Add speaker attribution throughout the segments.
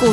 Speaker 1: 股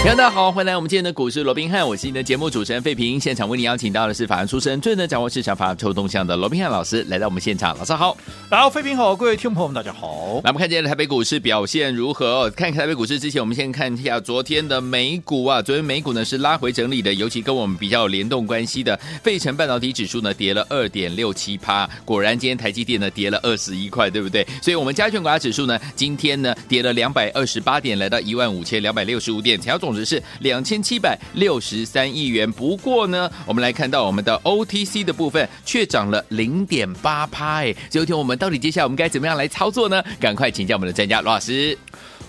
Speaker 2: 朋友大家好，欢迎来我们今天的股市罗宾汉，我是你的节目主持人费平。现场为你邀请到的是法案出身、最能掌握市场法案臭动向的罗宾汉老师，来到我们现场。老师好，
Speaker 3: 然后，飞平好，各位听众朋友们，大家好。
Speaker 2: 来，我们看今天的台北股市表现如何？哦看看台北股市之前，我们先看一下昨天的美股啊。昨天美股呢是拉回整理的，尤其跟我们比较有联动关系的费城半导体指数呢跌了二点六七趴。果然，今天台积电呢跌了二十一块，对不对？所以我们加权股价啊指数呢今天呢跌了两百二十八点，来到一万五千两百六十五点，成交总值是两千七百六十三亿元。不过呢，我们来看到我们的 OTC 的部分却涨了零点八趴，哎，所以有天我们到底接下来我们该怎么样来操作呢？赶快请教我们的专家罗老师。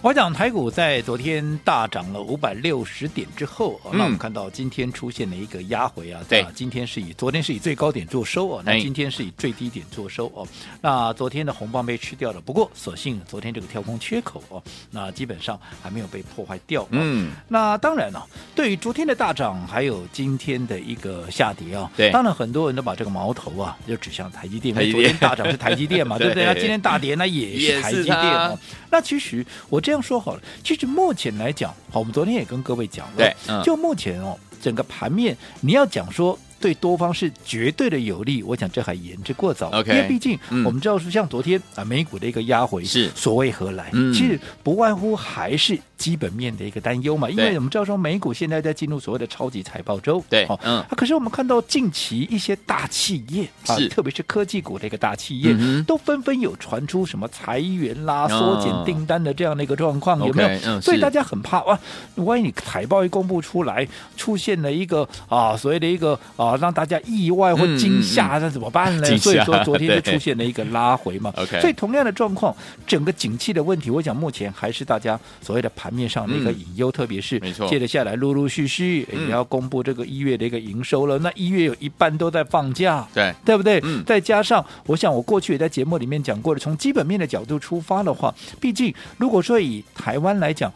Speaker 3: 我讲台股在昨天大涨了五百六十点之后、啊，
Speaker 2: 嗯
Speaker 3: 那我们看到今天出现了一个压回啊，
Speaker 2: 对
Speaker 3: 啊今天是以昨天是以最高点做收哦、
Speaker 2: 哎
Speaker 3: 那今天是以最低点做收哦、那昨天的红棒被吃掉了，不过所幸昨天这个跳空缺口哦、那基本上还没有被破坏掉、嗯。
Speaker 2: 嗯，
Speaker 3: 那当然了、对于昨天的大涨，还有今天的一个下跌啊，
Speaker 2: 对
Speaker 3: 当然很多人都把这个矛头啊就指向台积电，因
Speaker 2: 台积
Speaker 3: 为昨
Speaker 2: 电
Speaker 3: 天大涨是台 积电嘛，对不对？
Speaker 2: 对
Speaker 3: 那今天大跌那也
Speaker 2: 也
Speaker 3: 是
Speaker 2: 是
Speaker 3: 台积电
Speaker 2: 它
Speaker 3: 哦。那其实我这样说好了，其实目前来讲，好，我们昨天也跟各位讲了，
Speaker 2: 对嗯
Speaker 3: 就目前哦，整个盘面你要讲说。对多方是绝对的有利，我想这还言之过早。
Speaker 2: OK，
Speaker 3: 因为毕竟
Speaker 2: 嗯
Speaker 3: 我们知道说，像昨天啊，美股的一个压回
Speaker 2: 是
Speaker 3: 所谓何来？
Speaker 2: 嗯
Speaker 3: 其实不外乎还是基本面的一个担忧嘛，因
Speaker 2: 对
Speaker 3: 为我们知道说美股现在在进入所谓的超级财报周，
Speaker 2: 对
Speaker 3: 哦，
Speaker 2: 嗯
Speaker 3: 啊，可是我们看到近期一些大企业啊
Speaker 2: 是，
Speaker 3: 特别是科技股的一个大企业
Speaker 2: 嗯，哼
Speaker 3: 都纷纷有传出什么裁员啦、
Speaker 2: 哦
Speaker 3: 缩减订单的这样的一个状况，有没
Speaker 2: OK，嗯
Speaker 3: 有？所以
Speaker 2: 是
Speaker 3: 大家很怕哇，万一你财报一公布出来，出现了一个啊所谓的一个啊让大家意外或
Speaker 2: 嗯嗯
Speaker 3: 惊吓，那怎么办呢
Speaker 2: 惊？吓
Speaker 3: 所以说昨天就
Speaker 2: 对
Speaker 3: 出现了一个拉回嘛
Speaker 2: OK，
Speaker 3: 所以同样的状况，整个景气的问题，我想目前还是大家所谓的盘面上的一个
Speaker 2: 嗯
Speaker 3: 隐忧，特别是
Speaker 2: 没错
Speaker 3: 接着下来陆陆续续也要公布这个一月的一个营收了，那一月有一半都在放假。
Speaker 2: 对，
Speaker 3: 对不对？
Speaker 2: 嗯
Speaker 3: 再加上，我想我过去也在节目里面讲过了，从基本面的角度出发的话，毕竟如果说以台湾来讲，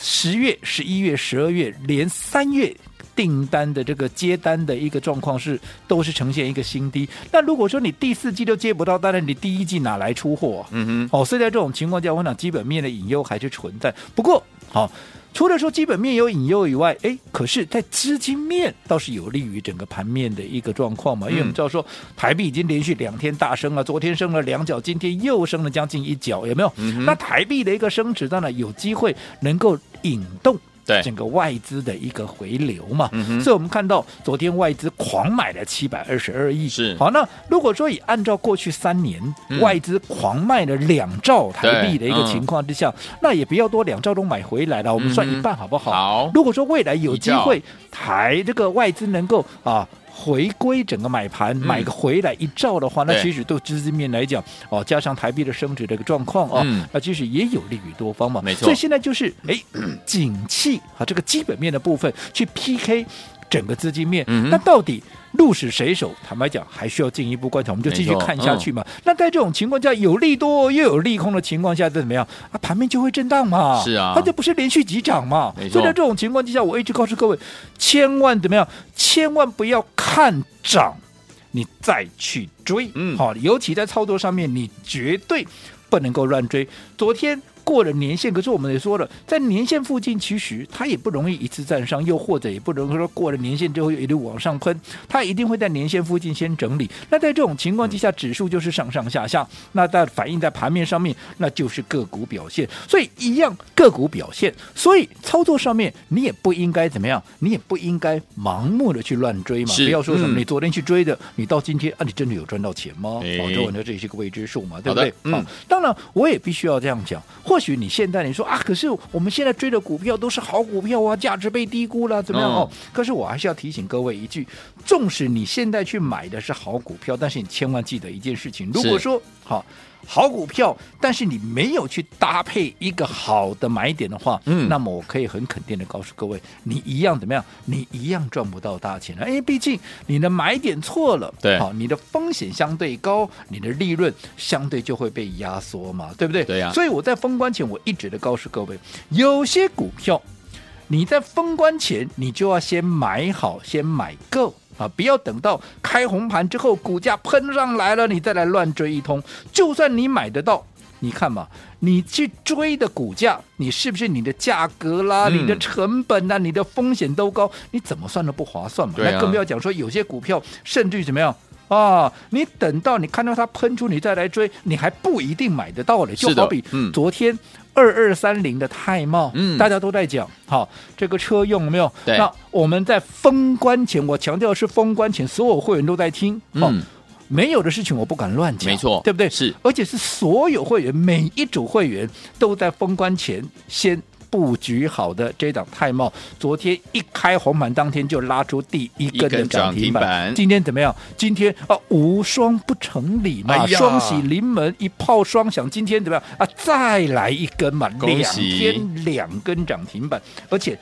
Speaker 3: 十月、十一月、十二月，连三月。订单的这个接单的一个状况是都是呈现一个新低。那如果说你第四季都接不到，当然你第一季哪来出货、啊？
Speaker 2: 嗯
Speaker 3: 哦，所以在这种情况下，我想基本面的隐忧还是存在。不过，好、除了说基本面有隐忧以外，哎，可是，在资金面倒是有利于整个盘面的一个状况嘛，
Speaker 2: 嗯
Speaker 3: 因为我们知道说台币已经连续两天大升了，昨天升了两角，今天又升了将近一角，有没有？
Speaker 2: 嗯
Speaker 3: 那台币的一个升值，当然有机会能够引动。
Speaker 2: 对
Speaker 3: 整个外资的一个回流嘛，
Speaker 2: 嗯哼
Speaker 3: 所以我们看到昨天外资狂买了七百二十二亿，
Speaker 2: 是
Speaker 3: 好。那如果说以按照过去三年、
Speaker 2: 嗯
Speaker 3: 外资狂卖了两兆台币的
Speaker 2: 对
Speaker 3: 一个
Speaker 2: 嗯
Speaker 3: 情况之下，那也不要多两兆都买回来了，我们算
Speaker 2: 嗯哼
Speaker 3: 一半好不好？
Speaker 2: 好
Speaker 3: 如果说未来有机
Speaker 2: 一
Speaker 3: 会台这个外资能够啊。回归整个买盘，买个回来一兆的话，那
Speaker 2: 嗯对
Speaker 3: 其实对资金面来讲，哦，加上台币的升值这个状况哦，
Speaker 2: 嗯
Speaker 3: 那其实也有利于多方嘛。
Speaker 2: 没错
Speaker 3: 所以现在就是哎， 景气啊，这个基本面的部分去 PK 整个资金面，
Speaker 2: 嗯哼
Speaker 3: 那到底鹿死谁手？坦白讲，还需要进一步观察，我们就继续
Speaker 2: 没错嗯
Speaker 3: 看下去嘛。那在这种情况下，有利多又有利空的情况下，这怎么样啊？盘面就会震荡嘛，
Speaker 2: 是啊
Speaker 3: 它就不是连续急涨嘛
Speaker 2: 没。错
Speaker 3: 所以在这种情况之下，我一直告诉各位，千万怎么样，千万不要看涨你再去追，
Speaker 2: 嗯
Speaker 3: 好，尤其在操作上面，你绝对不能够乱追。昨天。过了年限，可是我们也说了，在年限附近，其实它也不容易一次站上，又或者也不能说过了年限之后又一路往上喷，它一定会在年线附近先整理。那在这种情况之下，指数就是上上下下，那在反映在盘面上面，那就是个股表现。所以一样个股表现，所以操作上面你也不应该怎么样，你也不应该盲目的去乱追嘛。
Speaker 2: 是
Speaker 3: 不要说什么
Speaker 2: 嗯
Speaker 3: 你昨天去追的，你到今天啊，你真的有赚到钱吗？
Speaker 2: 哎
Speaker 3: 哦，这我觉得这也是个未知数嘛，对
Speaker 2: 好
Speaker 3: 不
Speaker 2: 的
Speaker 3: 对？
Speaker 2: 嗯
Speaker 3: 好当然我也必须要这样讲。或许你现在你说啊，可是我们现在追的股票都是好股票啊，价值被低估了，怎么样？
Speaker 2: 哦
Speaker 3: 哦，可是我还是要提醒各位一句：纵使你现在去买的是好股票，但是你千万记得一件事情，如果说好。好股票，但是你没有去搭配一个好的买点的话，
Speaker 2: 嗯
Speaker 3: 那么我可以很肯定的告诉各位，你一样怎么样，你一样赚不到大钱了，因为哎毕竟你的买点错了，
Speaker 2: 对
Speaker 3: 好，你的风险相对高，你的利润相对就会被压缩嘛，对不对？
Speaker 2: 对呀
Speaker 3: 所以我在封关前我一直的告诉各位，有些股票你在封关前，你就要先买好，先买够啊！不要等到开红盘之后，股价喷上来了，你再来乱追一通。就算你买得到，你看嘛，你去追的股价，你是不是你的价格啦、
Speaker 2: 嗯
Speaker 3: 你的成本啦、啊你的风险都高，你怎么算都不划算嘛。
Speaker 2: 对啊
Speaker 3: 那更不要讲说有些股票，甚至于怎么样？啊，你等到你看到它喷出，你再来追，你还不一定买得到嘞。就是
Speaker 2: 的
Speaker 3: 好比
Speaker 2: 嗯
Speaker 3: 昨天二二三零的泰茂，
Speaker 2: 嗯
Speaker 3: 大家都在讲，好，这个车用有没有？
Speaker 2: 对
Speaker 3: 那我们在封关前，我强调是封关前，所有会员都在听，好
Speaker 2: 嗯，
Speaker 3: 没有的事情我不敢乱讲，
Speaker 2: 没错
Speaker 3: 对不对？
Speaker 2: 是，
Speaker 3: 而且是所有会员每一组会员都在封关前先。布局好的这档泰茂，昨天一开红盘，当天就拉出第一根
Speaker 2: 一
Speaker 3: 的
Speaker 2: 根涨
Speaker 3: 涨
Speaker 2: 停
Speaker 3: 停板。
Speaker 2: 板
Speaker 3: 今天怎么样？今天啊，无双不成礼嘛，
Speaker 2: 哎呀
Speaker 3: 双喜临门，一炮双响。今天怎么样啊？再来一根嘛，
Speaker 2: 恭
Speaker 3: 两
Speaker 2: 喜
Speaker 3: 天两根涨停板，而且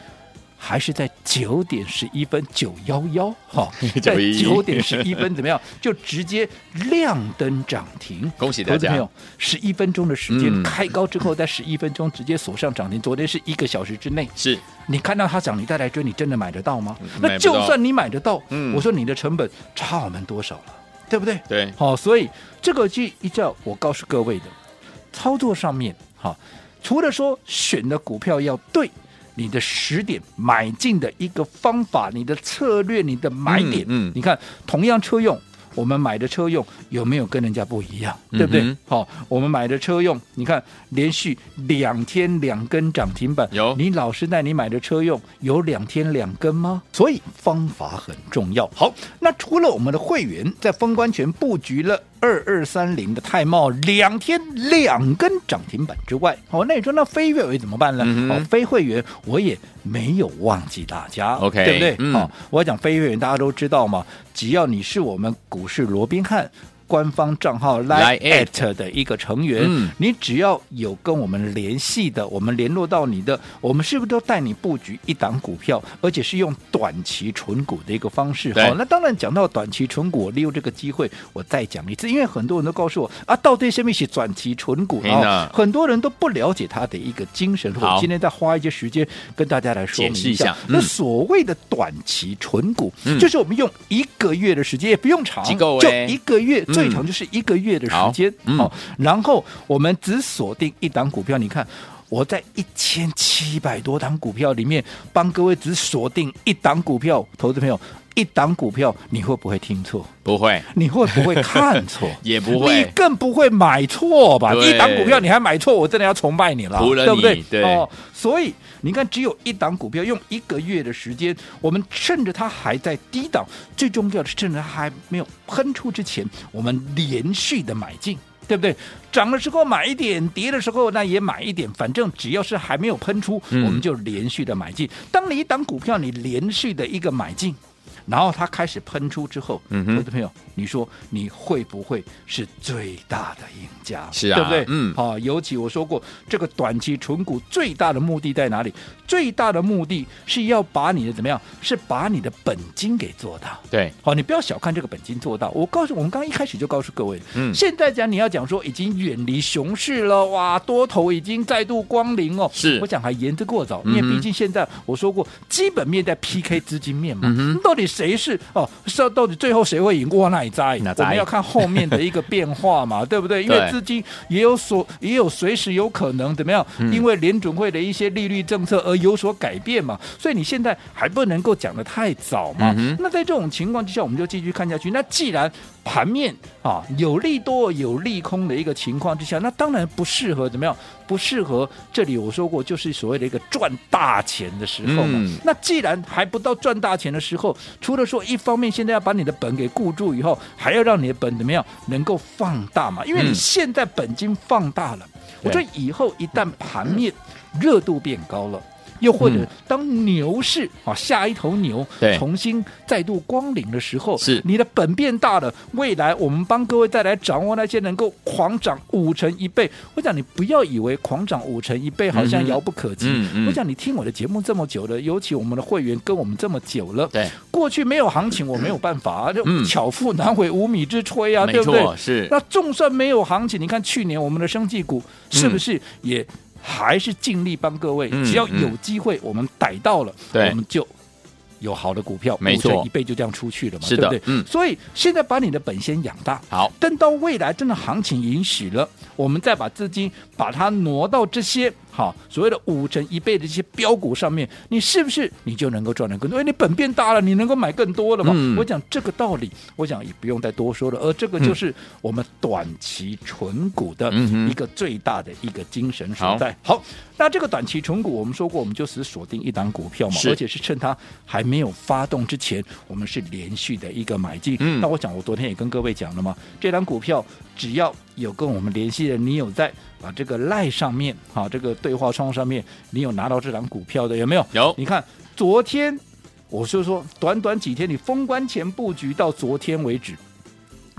Speaker 3: 还是在九点十一分九幺幺 哈，在
Speaker 2: 911
Speaker 3: 九点十一分怎 么样？就直接亮灯涨停。
Speaker 2: 恭喜大家
Speaker 3: 没有十一分钟的时间，
Speaker 2: 嗯
Speaker 3: 开高之后在十一分钟直接锁上涨停。昨天是一个小时之内，
Speaker 2: 是
Speaker 3: 你看到它涨，你再来追，你真的买得到吗？
Speaker 2: 嗯买
Speaker 3: 那
Speaker 2: 不到
Speaker 3: 就算你买得到，
Speaker 2: 嗯
Speaker 3: 我说你的成本差我们多少了，对不对？
Speaker 2: 对，
Speaker 3: 好、所以这个就依照我告诉各位的操作上面，哈、除了说选的股票要对。你的时点买进的一个方法，你的策略，你的买点，
Speaker 2: 嗯嗯
Speaker 3: 你看同样车用，我们买的车用有没有跟人家不一样，对不
Speaker 2: 嗯
Speaker 3: 对
Speaker 2: 哼？
Speaker 3: 好、我们买的车用，你看连续两天两根涨停板，
Speaker 2: 有
Speaker 3: 你老师带你买的车用有两天两根吗？所以方法很重要。好，那除了我们的会员在封关前布局了二二三零的泰茂两天两根涨停板之外，哦，那你说那非会员怎么办呢？
Speaker 2: 嗯哼
Speaker 3: 哦，非会员我也没有忘记大家
Speaker 2: OK，
Speaker 3: 对不对？
Speaker 2: 嗯
Speaker 3: 哦，我讲非会员大家都知道嘛，只要你是我们股市罗宾汉。官方账号
Speaker 2: Line
Speaker 3: Line
Speaker 2: at
Speaker 3: at 的一个成员，
Speaker 2: 嗯
Speaker 3: 你只要有跟我们联系的，我们联络到你的，我们是不是都带你布局一档股票，而且是用短期纯股的一个方式？
Speaker 2: 对
Speaker 3: 好，那当然讲到短期纯股，我利用这个机会我再讲一次，因为很多人都告诉我啊，到底什么是短期纯股
Speaker 2: 嘿呐
Speaker 3: 啊？很多人都不了解它的一个精神。
Speaker 2: 好
Speaker 3: 我今天再花一些时间跟大家来说明
Speaker 2: 解释一
Speaker 3: 一
Speaker 2: 下
Speaker 3: 下，那
Speaker 2: 嗯
Speaker 3: 所谓的短期纯股，
Speaker 2: 嗯
Speaker 3: 就是我们用一个月的时间，也不用长，
Speaker 2: 机构
Speaker 3: 就
Speaker 2: 欸
Speaker 3: 一个月，
Speaker 2: 嗯
Speaker 3: 最长就是一个月的时间
Speaker 2: 好。嗯
Speaker 3: 好然后我们只锁定一档股票，你看。我在一千七百多档股票里面帮各位只锁定一档股票，投资朋友，一档股票你会不会听错？
Speaker 2: 不会，
Speaker 3: 你会不会看错？
Speaker 2: 也不会
Speaker 3: 你更不会买错吧？
Speaker 2: 对
Speaker 3: 一档股票你还买错，我真的要崇拜你了，
Speaker 2: 服了
Speaker 3: 对不对
Speaker 2: 你？对
Speaker 3: 哦，所以你看，只有一档股票用一个月的时间，我们趁着它还在低档，最重要的是趁着它还没有喷出之前，我们连续的买进。对不对？涨的时候买一点，跌的时候那也买一点，反正只要是还没有喷出，
Speaker 2: 嗯
Speaker 3: 我们就连续的买进。当你一档股票你连续的一个买进，然后它开始喷出之后，
Speaker 2: 嗯哼
Speaker 3: 投资朋友，你说你会不会是最大的赢家？
Speaker 2: 是啊
Speaker 3: 对不对？
Speaker 2: 嗯
Speaker 3: 好、尤其我说过，这个短期存股最大的目的在哪里？最大的目的是要把你的怎么样？是把你的本金给做大。
Speaker 2: 对，
Speaker 3: 好，你不要小看这个本金做到。我告诉我们刚刚一开始就告诉各位，
Speaker 2: 嗯
Speaker 3: 现在讲你要讲说已经远离熊市了，哇，多头已经再度光临哦。
Speaker 2: 是
Speaker 3: 我讲还言之过早，
Speaker 2: 嗯
Speaker 3: 因
Speaker 2: 哼
Speaker 3: 为毕竟现在我说过，基本面在 PK 资金面嘛，
Speaker 2: 嗯哼
Speaker 3: 到底谁是哦，是到底最后谁会赢？哇，那也在，
Speaker 2: 那在
Speaker 3: 我们要看后面的一个变 化嘛，对不对？因
Speaker 2: 对
Speaker 3: 为资金也有所也有随时有可能怎么样，
Speaker 2: 嗯
Speaker 3: 因为联准会的一些利率政策而有所改变嘛，所以你现在还不能够讲的太早嘛。
Speaker 2: 嗯
Speaker 3: 那在这种情况之下，我们就继续看下去。那既然盘面啊有利多有利空的一个情况之下，那当然不适合怎么样？不适合这里我说过，就是所谓的一个赚大钱的时候嘛。
Speaker 2: 嗯
Speaker 3: 那既然还不到赚大钱的时候，除了说一方面现在要把你的本给固住以后，还要让你的本怎么样能够放大嘛？因为
Speaker 2: 嗯
Speaker 3: 你现在本金放大了，我
Speaker 2: 对
Speaker 3: 说以后一旦盘面热度变高了。又或者
Speaker 2: 嗯
Speaker 3: 当牛市啊下一头牛
Speaker 2: 对
Speaker 3: 重新再度光临的时候，
Speaker 2: 是
Speaker 3: 你的本变大了，未来我们帮各位再来掌握那些能够狂涨五成一倍。我讲你不要以为狂涨五成一倍好
Speaker 2: 嗯
Speaker 3: 像
Speaker 2: 哼
Speaker 3: 遥不可及，
Speaker 2: 嗯嗯
Speaker 3: 我讲你听我的节目这么久了，尤其我们的会员跟我们这么久了，
Speaker 2: 对，
Speaker 3: 过去没有行情我没有办法、啊，就
Speaker 2: 嗯
Speaker 3: 巧妇难为无米之炊啊，
Speaker 2: 没
Speaker 3: 对不对？
Speaker 2: 错，是
Speaker 3: 那纵算没有行情，你看去年我们的生技股是不是也还是尽力帮各位？
Speaker 2: 嗯
Speaker 3: 只要有机会，我们逮到了，
Speaker 2: 对
Speaker 3: 我们就。有好的股票，
Speaker 2: 没错
Speaker 3: 五成一倍就这样出去了嘛，
Speaker 2: 是
Speaker 3: 对
Speaker 2: 的
Speaker 3: 不对？
Speaker 2: 嗯
Speaker 3: 所以现在把你的本先养大，
Speaker 2: 好，
Speaker 3: 等到未来真的行情允许了，我们再把资金把它挪到这些好所谓的五成一倍的这些标股上面，你是不是你就能够赚得更多？因为你本变大了，你能够买更多了嘛？
Speaker 2: 嗯
Speaker 3: 我讲这个道理，我讲也不用再多说了。而这个就是我们短期纯股的
Speaker 2: 嗯哼
Speaker 3: 一个最大的一个精神所在。好，那这个短期纯股，我们说过，我们就只锁定一档股票嘛，
Speaker 2: 是
Speaker 3: 而且是趁它还没有发动之前，我们是连续的一个买进。
Speaker 2: 嗯
Speaker 3: 那我讲，我昨天也跟各位讲了嘛，这档股票只要有跟我们联系的，你有在啊这个赖上面啊这个对话窗上面，你有拿到这档股票的有没有？
Speaker 2: 有
Speaker 3: 你看昨天。我就说，短短几天，你封关前布局到昨天为止，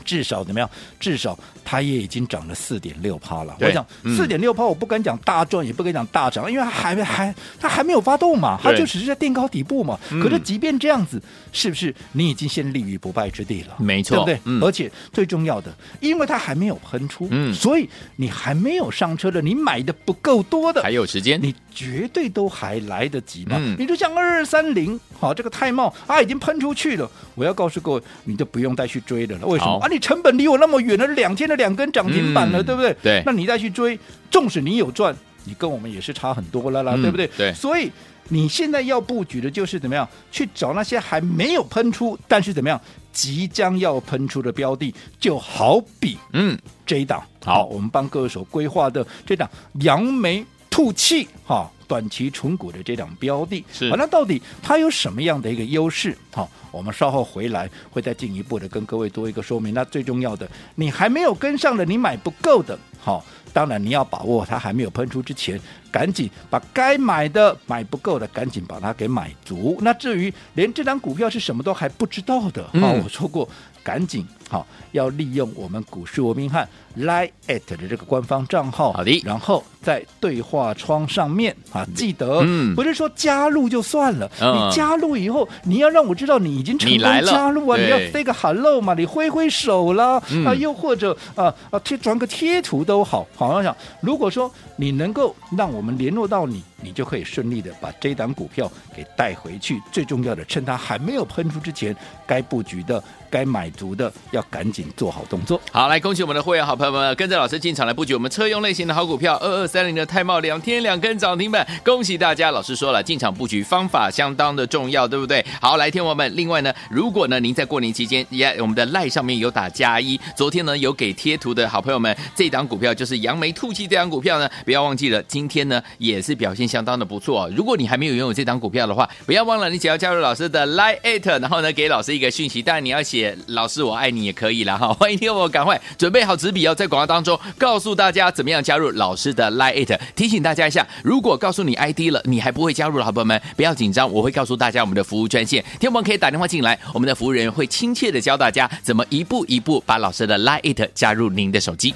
Speaker 3: 至少怎么样？至少它也已经涨了四点六趴了。
Speaker 2: 对
Speaker 3: 我讲
Speaker 2: 嗯
Speaker 3: 四点六趴，我不敢讲大赚，也不敢讲大涨，因为它还没还它还没有发动嘛，它
Speaker 2: 对
Speaker 3: 就只是在垫高底部嘛。
Speaker 2: 嗯
Speaker 3: 可是即便这样子，是不是你已经先立于不败之地了？
Speaker 2: 没错
Speaker 3: 对不对？
Speaker 2: 嗯
Speaker 3: 而且最重要的，因为它还没有喷出，
Speaker 2: 嗯
Speaker 3: 所以你还没有上车的，你买的不够多的
Speaker 2: 还，有时间，
Speaker 3: 你绝对都还来得及嘛。
Speaker 2: 嗯
Speaker 3: 你就像二二三零，好，这个泰茂啊已经喷出去了，我要告诉各位，你就不用再去追了了。为什
Speaker 2: 好
Speaker 3: 么啊？你成本离我那么远了，两天的两根涨停板了，
Speaker 2: 嗯
Speaker 3: 对不对？
Speaker 2: 对
Speaker 3: 那你再去追，纵使你有赚，你跟我们也是差很多了啦，
Speaker 2: 嗯
Speaker 3: 对不对？
Speaker 2: 对
Speaker 3: 所以。你现在要布局的就是怎么样去找那些还没有喷出，但是怎么样即将要喷出的标的，就好比
Speaker 2: 嗯，
Speaker 3: 这一档。
Speaker 2: 好
Speaker 3: 我们帮各位所规划的这档扬眉吐气哈。短期纯股的这档标的，
Speaker 2: 是
Speaker 3: 好那到底它有什么样的一个优势？好、我们稍后回来会再进一步的跟各位多一个说明。那最重要的，你还没有跟上的，你买不够的，好、当然你要把握它还没有喷出之前，赶紧把该买的买不够的，赶紧把它给买足。那至于连这张股票是什么都还不知道的，
Speaker 2: 嗯
Speaker 3: 啊，我说过，赶紧好、要利用我们股市文明汉 lie at 的这个官方账号，
Speaker 2: 好的
Speaker 3: 然后在对话窗上面啊，记得、
Speaker 2: 嗯
Speaker 3: 不是说加入就算了，
Speaker 2: 嗯
Speaker 3: 你加入以后，你要让我知道你已经成
Speaker 2: 你
Speaker 3: 功
Speaker 2: 来了
Speaker 3: 加入啊，
Speaker 2: 对
Speaker 3: 你要 say 个 hello 嘛，你挥挥手啦，
Speaker 2: 嗯
Speaker 3: 啊，又或者啊啊贴传个贴图都好，好像想，如果说你能够让我们联络到你，你就可以顺利的把这档股票给带回去。最重要的，趁它还没有喷出之前，该布局的、该买足的，要赶紧做好动作。
Speaker 2: 好，来恭喜我们的会员好朋友们，跟着老师进场来布局我们车用类型的好股票二二三零的泰茂，两天两根涨停板，恭喜大家！老师说了，进场布局方法相当的重要，对不对？好，来，天王们，另外呢，如果呢您在过年期间也我们的赖上面有打加一，昨天呢有给贴图的好朋友们，这档股票就是扬眉吐气这档股票呢，不要忘记了，今天呢也是表现相当的不错、哦。如果你还没有拥有这档股票的话，不要忘了，你只要加入老师的 Line at，然后呢给老师一个讯息，当然你要写“老师我爱你”也可以啦哈。欢迎听我赶快准备好纸笔哦，在广告当中告诉大家怎么样加入老师的 Line at。提醒大家一下，如果告诉你 ID 了，你还不会加入的好朋友们，不要紧张，我会告诉大家我们的服务专线，听我们可以打电话进来，我们的服务人员会亲切的教大家怎么一步一步把老师的 Line at 加入您的手机。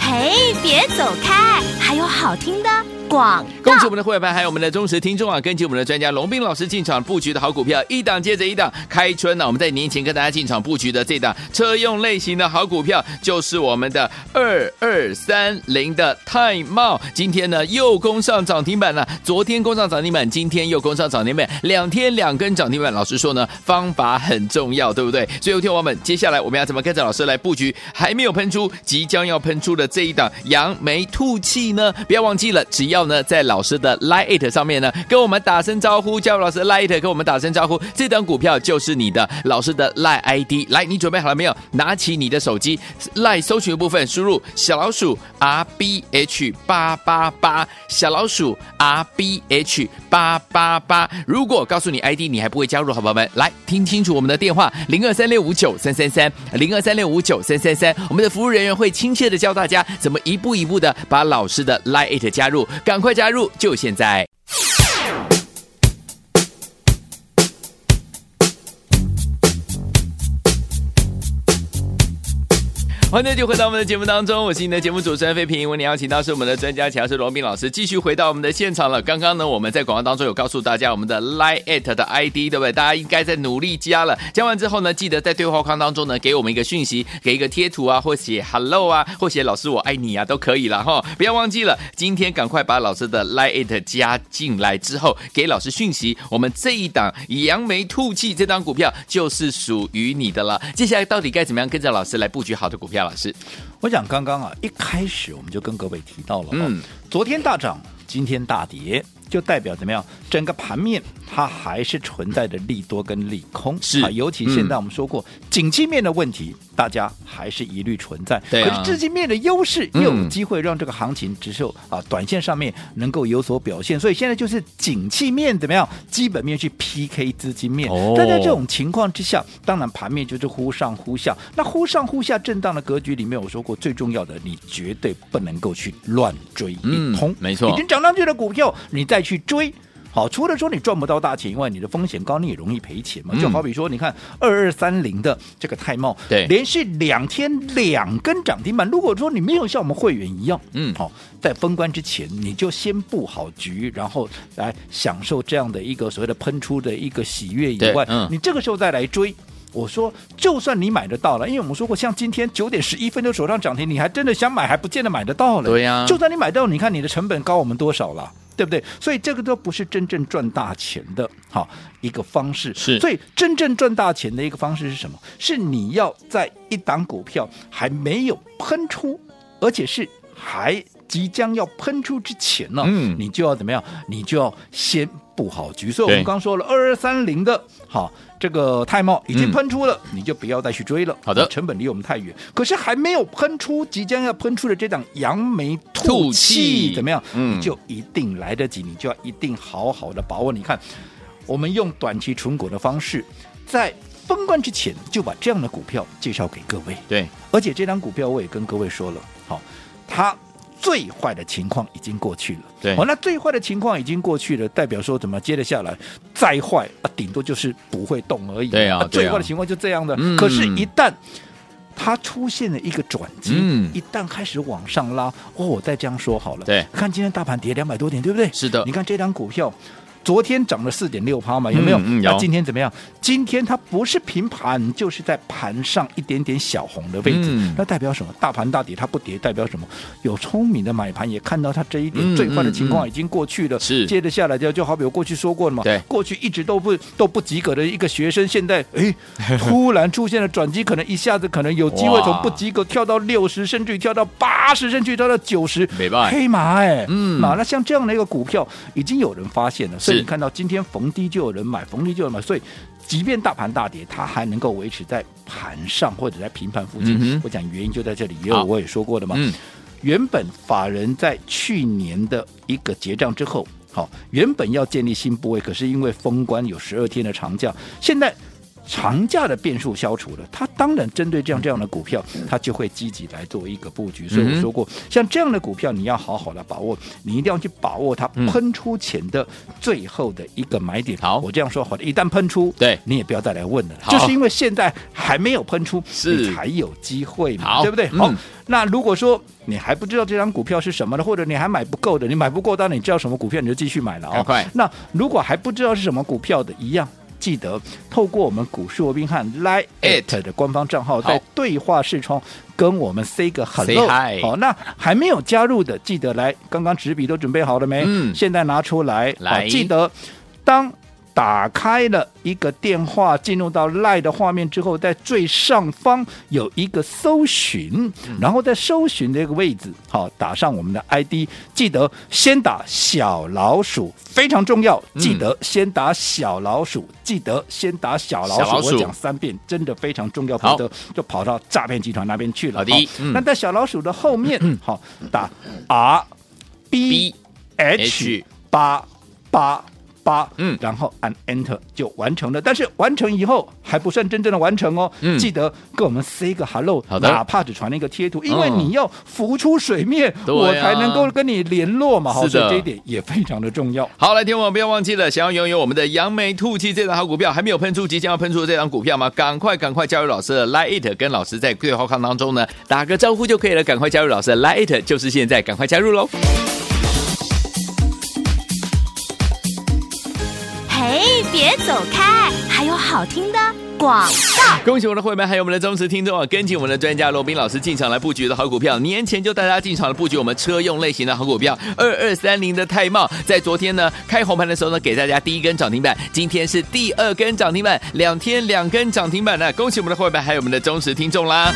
Speaker 1: 嘿，别走开，还有好听的广告
Speaker 2: 恭。喜我们的会员朋友还有我们的忠实听众啊！根据我们的专家龙斌老师进场布局的好股票，一档接着一档。开春啊呢、我们在年前跟大家进场布局的这档车用类型的好股票，就是我们的二二三零的泰茂。今天呢又攻上涨停板了，昨天攻上涨停板，今天又攻上涨停板，两天两根涨停板。老师说呢，方法很重要，对不对？所以，有听友们，接下来我们要怎么跟着老师来布局还没有喷出、即将要喷出的这一档扬眉吐气呢？不要忘记了，只要呢在老师的 Lite It 上面呢跟我们打声招呼，叫老师 Lite It 跟我们打声招呼，这档股票就是你的老师的 Lite ID。来，你准备好了没有？拿起你的手机 Lite 搜寻的部分输入小老鼠 R B H 八八八，小老鼠 R B H 八八八。如果告诉你 ID，你还不会加入，好朋友们，来听清楚我们的电话零二三六五九三三三零二三六五九三三三，我们的服务人员会亲切的教大家怎么一步一步的把老师的。的 Line It 加入，赶快加入，就现在。欢迎继续回到我们的节目当中，我是你的节目主持人费平。为你邀请到是我们的专家乔治罗斌老师，继续回到我们的现场了。刚刚呢，我们在广告当中有告诉大家我们的 Line at 的 ID，对不对？大家应该在努力加了，加完之后呢，记得在对话框当中呢，给我们一个讯息，给一个贴图啊，或写 Hello 啊，或写老师我爱你啊，都可以了哈。不要忘记了，今天赶快把老师的 Line at 加进来之后，给老师讯息，我们这一档扬眉吐气这档股票就是属于你的了。接下来到底该怎么样跟着老师来布局好的股票？老师，
Speaker 3: 我想刚刚啊，一开始我们就跟各位提到了、哦，
Speaker 2: 嗯
Speaker 3: 昨天大涨，今天大跌，就代表怎么样？整个盘面它还是存在着利多跟利空，
Speaker 2: 是嗯
Speaker 3: 啊，尤其现在我们说过，景气面的问题，大家还是一律存在。
Speaker 2: 对啊
Speaker 3: 可是资金面的优势又有
Speaker 2: 嗯
Speaker 3: 机会让这个行情只是啊，短线上面能够有所表现。所以现在就是景气面怎么样，基本面去 PK 资金面。
Speaker 2: 哦
Speaker 3: 但在这种情况之下，当然盘面就是忽上忽下。那忽上忽下震荡的格局里面，我说过最重要的，你绝对不能够去乱追一通。
Speaker 2: 嗯没错
Speaker 3: 已经涨上去的股票，你再去追。好，除了说你赚不到大钱以外，你的风险高，你也容易赔钱嘛。
Speaker 2: 嗯
Speaker 3: 就好比说，你看二二三零的这个泰茂，
Speaker 2: 对
Speaker 3: 连续两天两根涨停板。如果说你没有像我们会员一样，
Speaker 2: 嗯
Speaker 3: 好、在封关之前你就先布好局，然后来享受这样的一个所谓的喷出的一个喜悦以
Speaker 2: 对
Speaker 3: 外，
Speaker 2: 嗯
Speaker 3: 你这个时候再来追。我说，就算你买得到了，因为我们说过，像今天九点十一分就手上涨停，你还真的想买，还不见得买得到了。
Speaker 2: 对呀
Speaker 3: 就算你买到，你看你的成本高我们多少了，对不对？所以这个都不是真正赚大钱的好一个方式。
Speaker 2: 是
Speaker 3: 所以真正赚大钱的一个方式是什么？是你要在一档股票还没有喷出，而且是还即将要喷出之前呢、
Speaker 2: 嗯
Speaker 3: 你就要怎么样？你就要先布好局。所以我们
Speaker 2: 对
Speaker 3: 刚说了，二二三零的好这个泰茂已经
Speaker 2: 嗯
Speaker 3: 喷出了，你就不要再去追了。
Speaker 2: 好的
Speaker 3: 成本离我们太远。可是还没有喷出，即将要喷出的这档扬眉
Speaker 2: 吐气
Speaker 3: 吐气怎么样？
Speaker 2: 嗯
Speaker 3: 你就一定来得及，你就要一定好好的把握。你看，我们用短期存股的方式，在封关之前就把这样的股票介绍给各位。
Speaker 2: 对，
Speaker 3: 而且这张股票我也跟各位说了，好、它最坏的情况已经过去了。
Speaker 2: 对
Speaker 3: 好、那最坏的情况已经过去了，代表说怎么接着下来，再坏啊，顶多就是不会动而已。
Speaker 2: 对啊对啊
Speaker 3: 最坏的情况就这样的。
Speaker 2: 嗯
Speaker 3: 可是，一旦它出现了一个转机，
Speaker 2: 嗯
Speaker 3: 一旦开始往上拉，哦，我再这样说好了。
Speaker 2: 对
Speaker 3: 看今天大盘跌两百多点，对不对？
Speaker 2: 是的
Speaker 3: 你看这张股票。昨天涨了四点六趴嘛，有没有？
Speaker 2: 嗯嗯有
Speaker 3: 那今天怎么样？今天它不是平盘，就是在盘上一点点小红的位置。
Speaker 2: 嗯
Speaker 3: 那代表什么？大盘大跌它不跌，代表什么？有聪明的买盘也看到它这一点，
Speaker 2: 嗯
Speaker 3: 最坏的
Speaker 2: 嗯
Speaker 3: 情况已经过去了。
Speaker 2: 是
Speaker 3: 接着下来就就好比我过去说过了嘛，
Speaker 2: 对
Speaker 3: 过去一直都不都不及格的一个学生，现在 哎，突然出现了转机，可能一下子可能有机会
Speaker 2: 哇
Speaker 3: 从不及格跳到六十，甚至于跳到八十，甚至于跳到九十，
Speaker 2: 没办法
Speaker 3: 黑马哎，
Speaker 2: 嗯
Speaker 3: 那那像这样的一个股票，已经有人发现了，所以
Speaker 2: 是
Speaker 3: 你看到今天逢低就有人买，逢低就有人买，所以。即便大盘大跌，它还能够维持在盘上或者在平盘附近。
Speaker 2: 嗯哼
Speaker 3: 我讲原因就在这里，也
Speaker 2: 好
Speaker 3: 有我也说过的嘛。
Speaker 2: 嗯，
Speaker 3: 原本法人在去年的一个结账之后，好，原本要建立新部位，可是因为封关有十二天的长假，现在。长假的变数消除了，它当然针对这样这样的股票，它就会积极来做一个布局。所以
Speaker 2: 嗯哼
Speaker 3: 我说过，像这样的股票，你要好好的把握，你一定要去把握它
Speaker 2: 嗯
Speaker 3: 喷出前的最后的一个买点。
Speaker 2: 好
Speaker 3: 我这样说好了，一旦喷出，
Speaker 2: 对
Speaker 3: 你也不要再来问了，
Speaker 2: 好
Speaker 3: 就是因为现在还没有喷出，
Speaker 2: 是
Speaker 3: 你才有机会
Speaker 2: 好
Speaker 3: 嘛，对不对？
Speaker 2: 嗯
Speaker 3: 好，那如果说你还不知道这张股票是什么的，或者你还买不够的，你买不够，当然你知道什么股票你就继续买了
Speaker 2: 赶
Speaker 3: 哦
Speaker 2: 快。
Speaker 3: 那如果还不知道是什么股票的，一样。记得透过我们股市罗宾汉 Line
Speaker 2: It
Speaker 3: It 的官方账号，在对话视窗跟我们 say 个 hello。
Speaker 2: hi
Speaker 3: 好，那还没有加入的，记得来，刚刚纸笔都准备好了没？
Speaker 2: 嗯
Speaker 3: 现在拿出来。
Speaker 2: 来
Speaker 3: 好记得当打开了一个电话，进入到 Line 的画面之后，在最上方有一个搜寻，
Speaker 2: 嗯
Speaker 3: 然后在搜寻这个位置，好打上我们的 ID，记得先打小老鼠，非常重要，
Speaker 2: 嗯
Speaker 3: 记得先打小老鼠，记得先打小老鼠，
Speaker 2: 小老鼠
Speaker 3: 我讲三遍，真的非常重要，
Speaker 2: 好
Speaker 3: 否则就跑到诈骗集团那边去了。
Speaker 2: 好的
Speaker 3: 好
Speaker 2: 嗯
Speaker 3: 那在小老鼠的 后面，好打 R B
Speaker 2: B
Speaker 3: H
Speaker 2: H
Speaker 3: 八八。八，
Speaker 2: 嗯
Speaker 3: 然后按 Enter 就完成了。但是完成以后还不算真正的完成哦，
Speaker 2: 嗯
Speaker 3: 记得跟我们 say 个 hello，
Speaker 2: 好的
Speaker 3: 哪怕只传了一个贴图，因为
Speaker 2: 嗯
Speaker 3: 你要浮出水面，
Speaker 2: 对啊
Speaker 3: 我才能够跟你联络嘛。好
Speaker 2: 是
Speaker 3: 所
Speaker 2: 的
Speaker 3: 以这一点也非常的重要。
Speaker 2: 好，来，天王不要忘记了，想要拥有我们的扬眉吐气这档好股票，还没有喷出，即将要喷出的这档股票吗？赶快赶快加入老师的 Like It，跟老师在对话框当中呢打个招呼就可以了。赶快加入老师的 Like It，就是现在，赶快加入喽！
Speaker 1: 嘿，别走开，还有好听的广。
Speaker 2: 恭喜我们的会员，还有我们的忠实听众啊！跟紧我们的专家罗斌老师进场来布局的好股票，年前就带大家进场来布局我们车用类型的好股票二二三零的泰茂，在昨天呢开红盘的时候呢，给大家第一根涨停板，今天是第二根涨停板，两天两根涨停板呢、恭喜我们的会员，还有我们的忠实听众啦！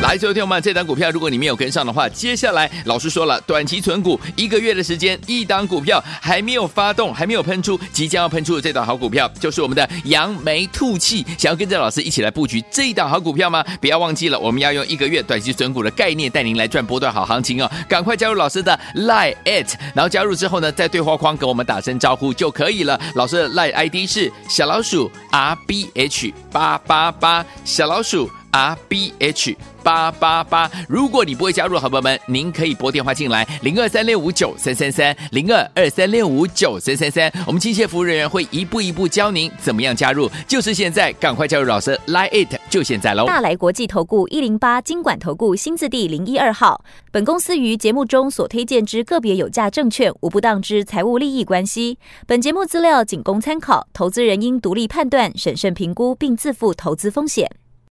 Speaker 2: 来，所有听众们，这档股票如果你没有跟上的话，接下来老师说了，短期存股一个月的时间，一档股票还没有发动，还没有喷出，即将要喷出的这档好股票，就是我们的扬眉吐气。想要跟着老师一起来布局这一档好股票吗？不要忘记了，我们要用一个月短期存股的概念带您来赚波段好行情哦！赶快加入老师的 Line it，然后加入之后呢，在对话框给我们打声招呼就可以了。老师的 Line ID 是小老鼠 R B H 八八八，小老鼠 R B H。八八八。如果你不会加入，好朋友们，您可以拨电话进来，零二三六五九三三三，零二二三六五九三三三。我们亲切服务人员会一步一步教您怎么样加入，就是现在，赶快加入老师 Line It，就现在喽。
Speaker 4: 大来国际投顾一零八金管投顾新字第零一二号。本公司于节目中所推荐之个别有价证券，无不当之财务利益关系。本节目资料仅供参考，投资人应独立判断、审慎评估，并自负投资风险。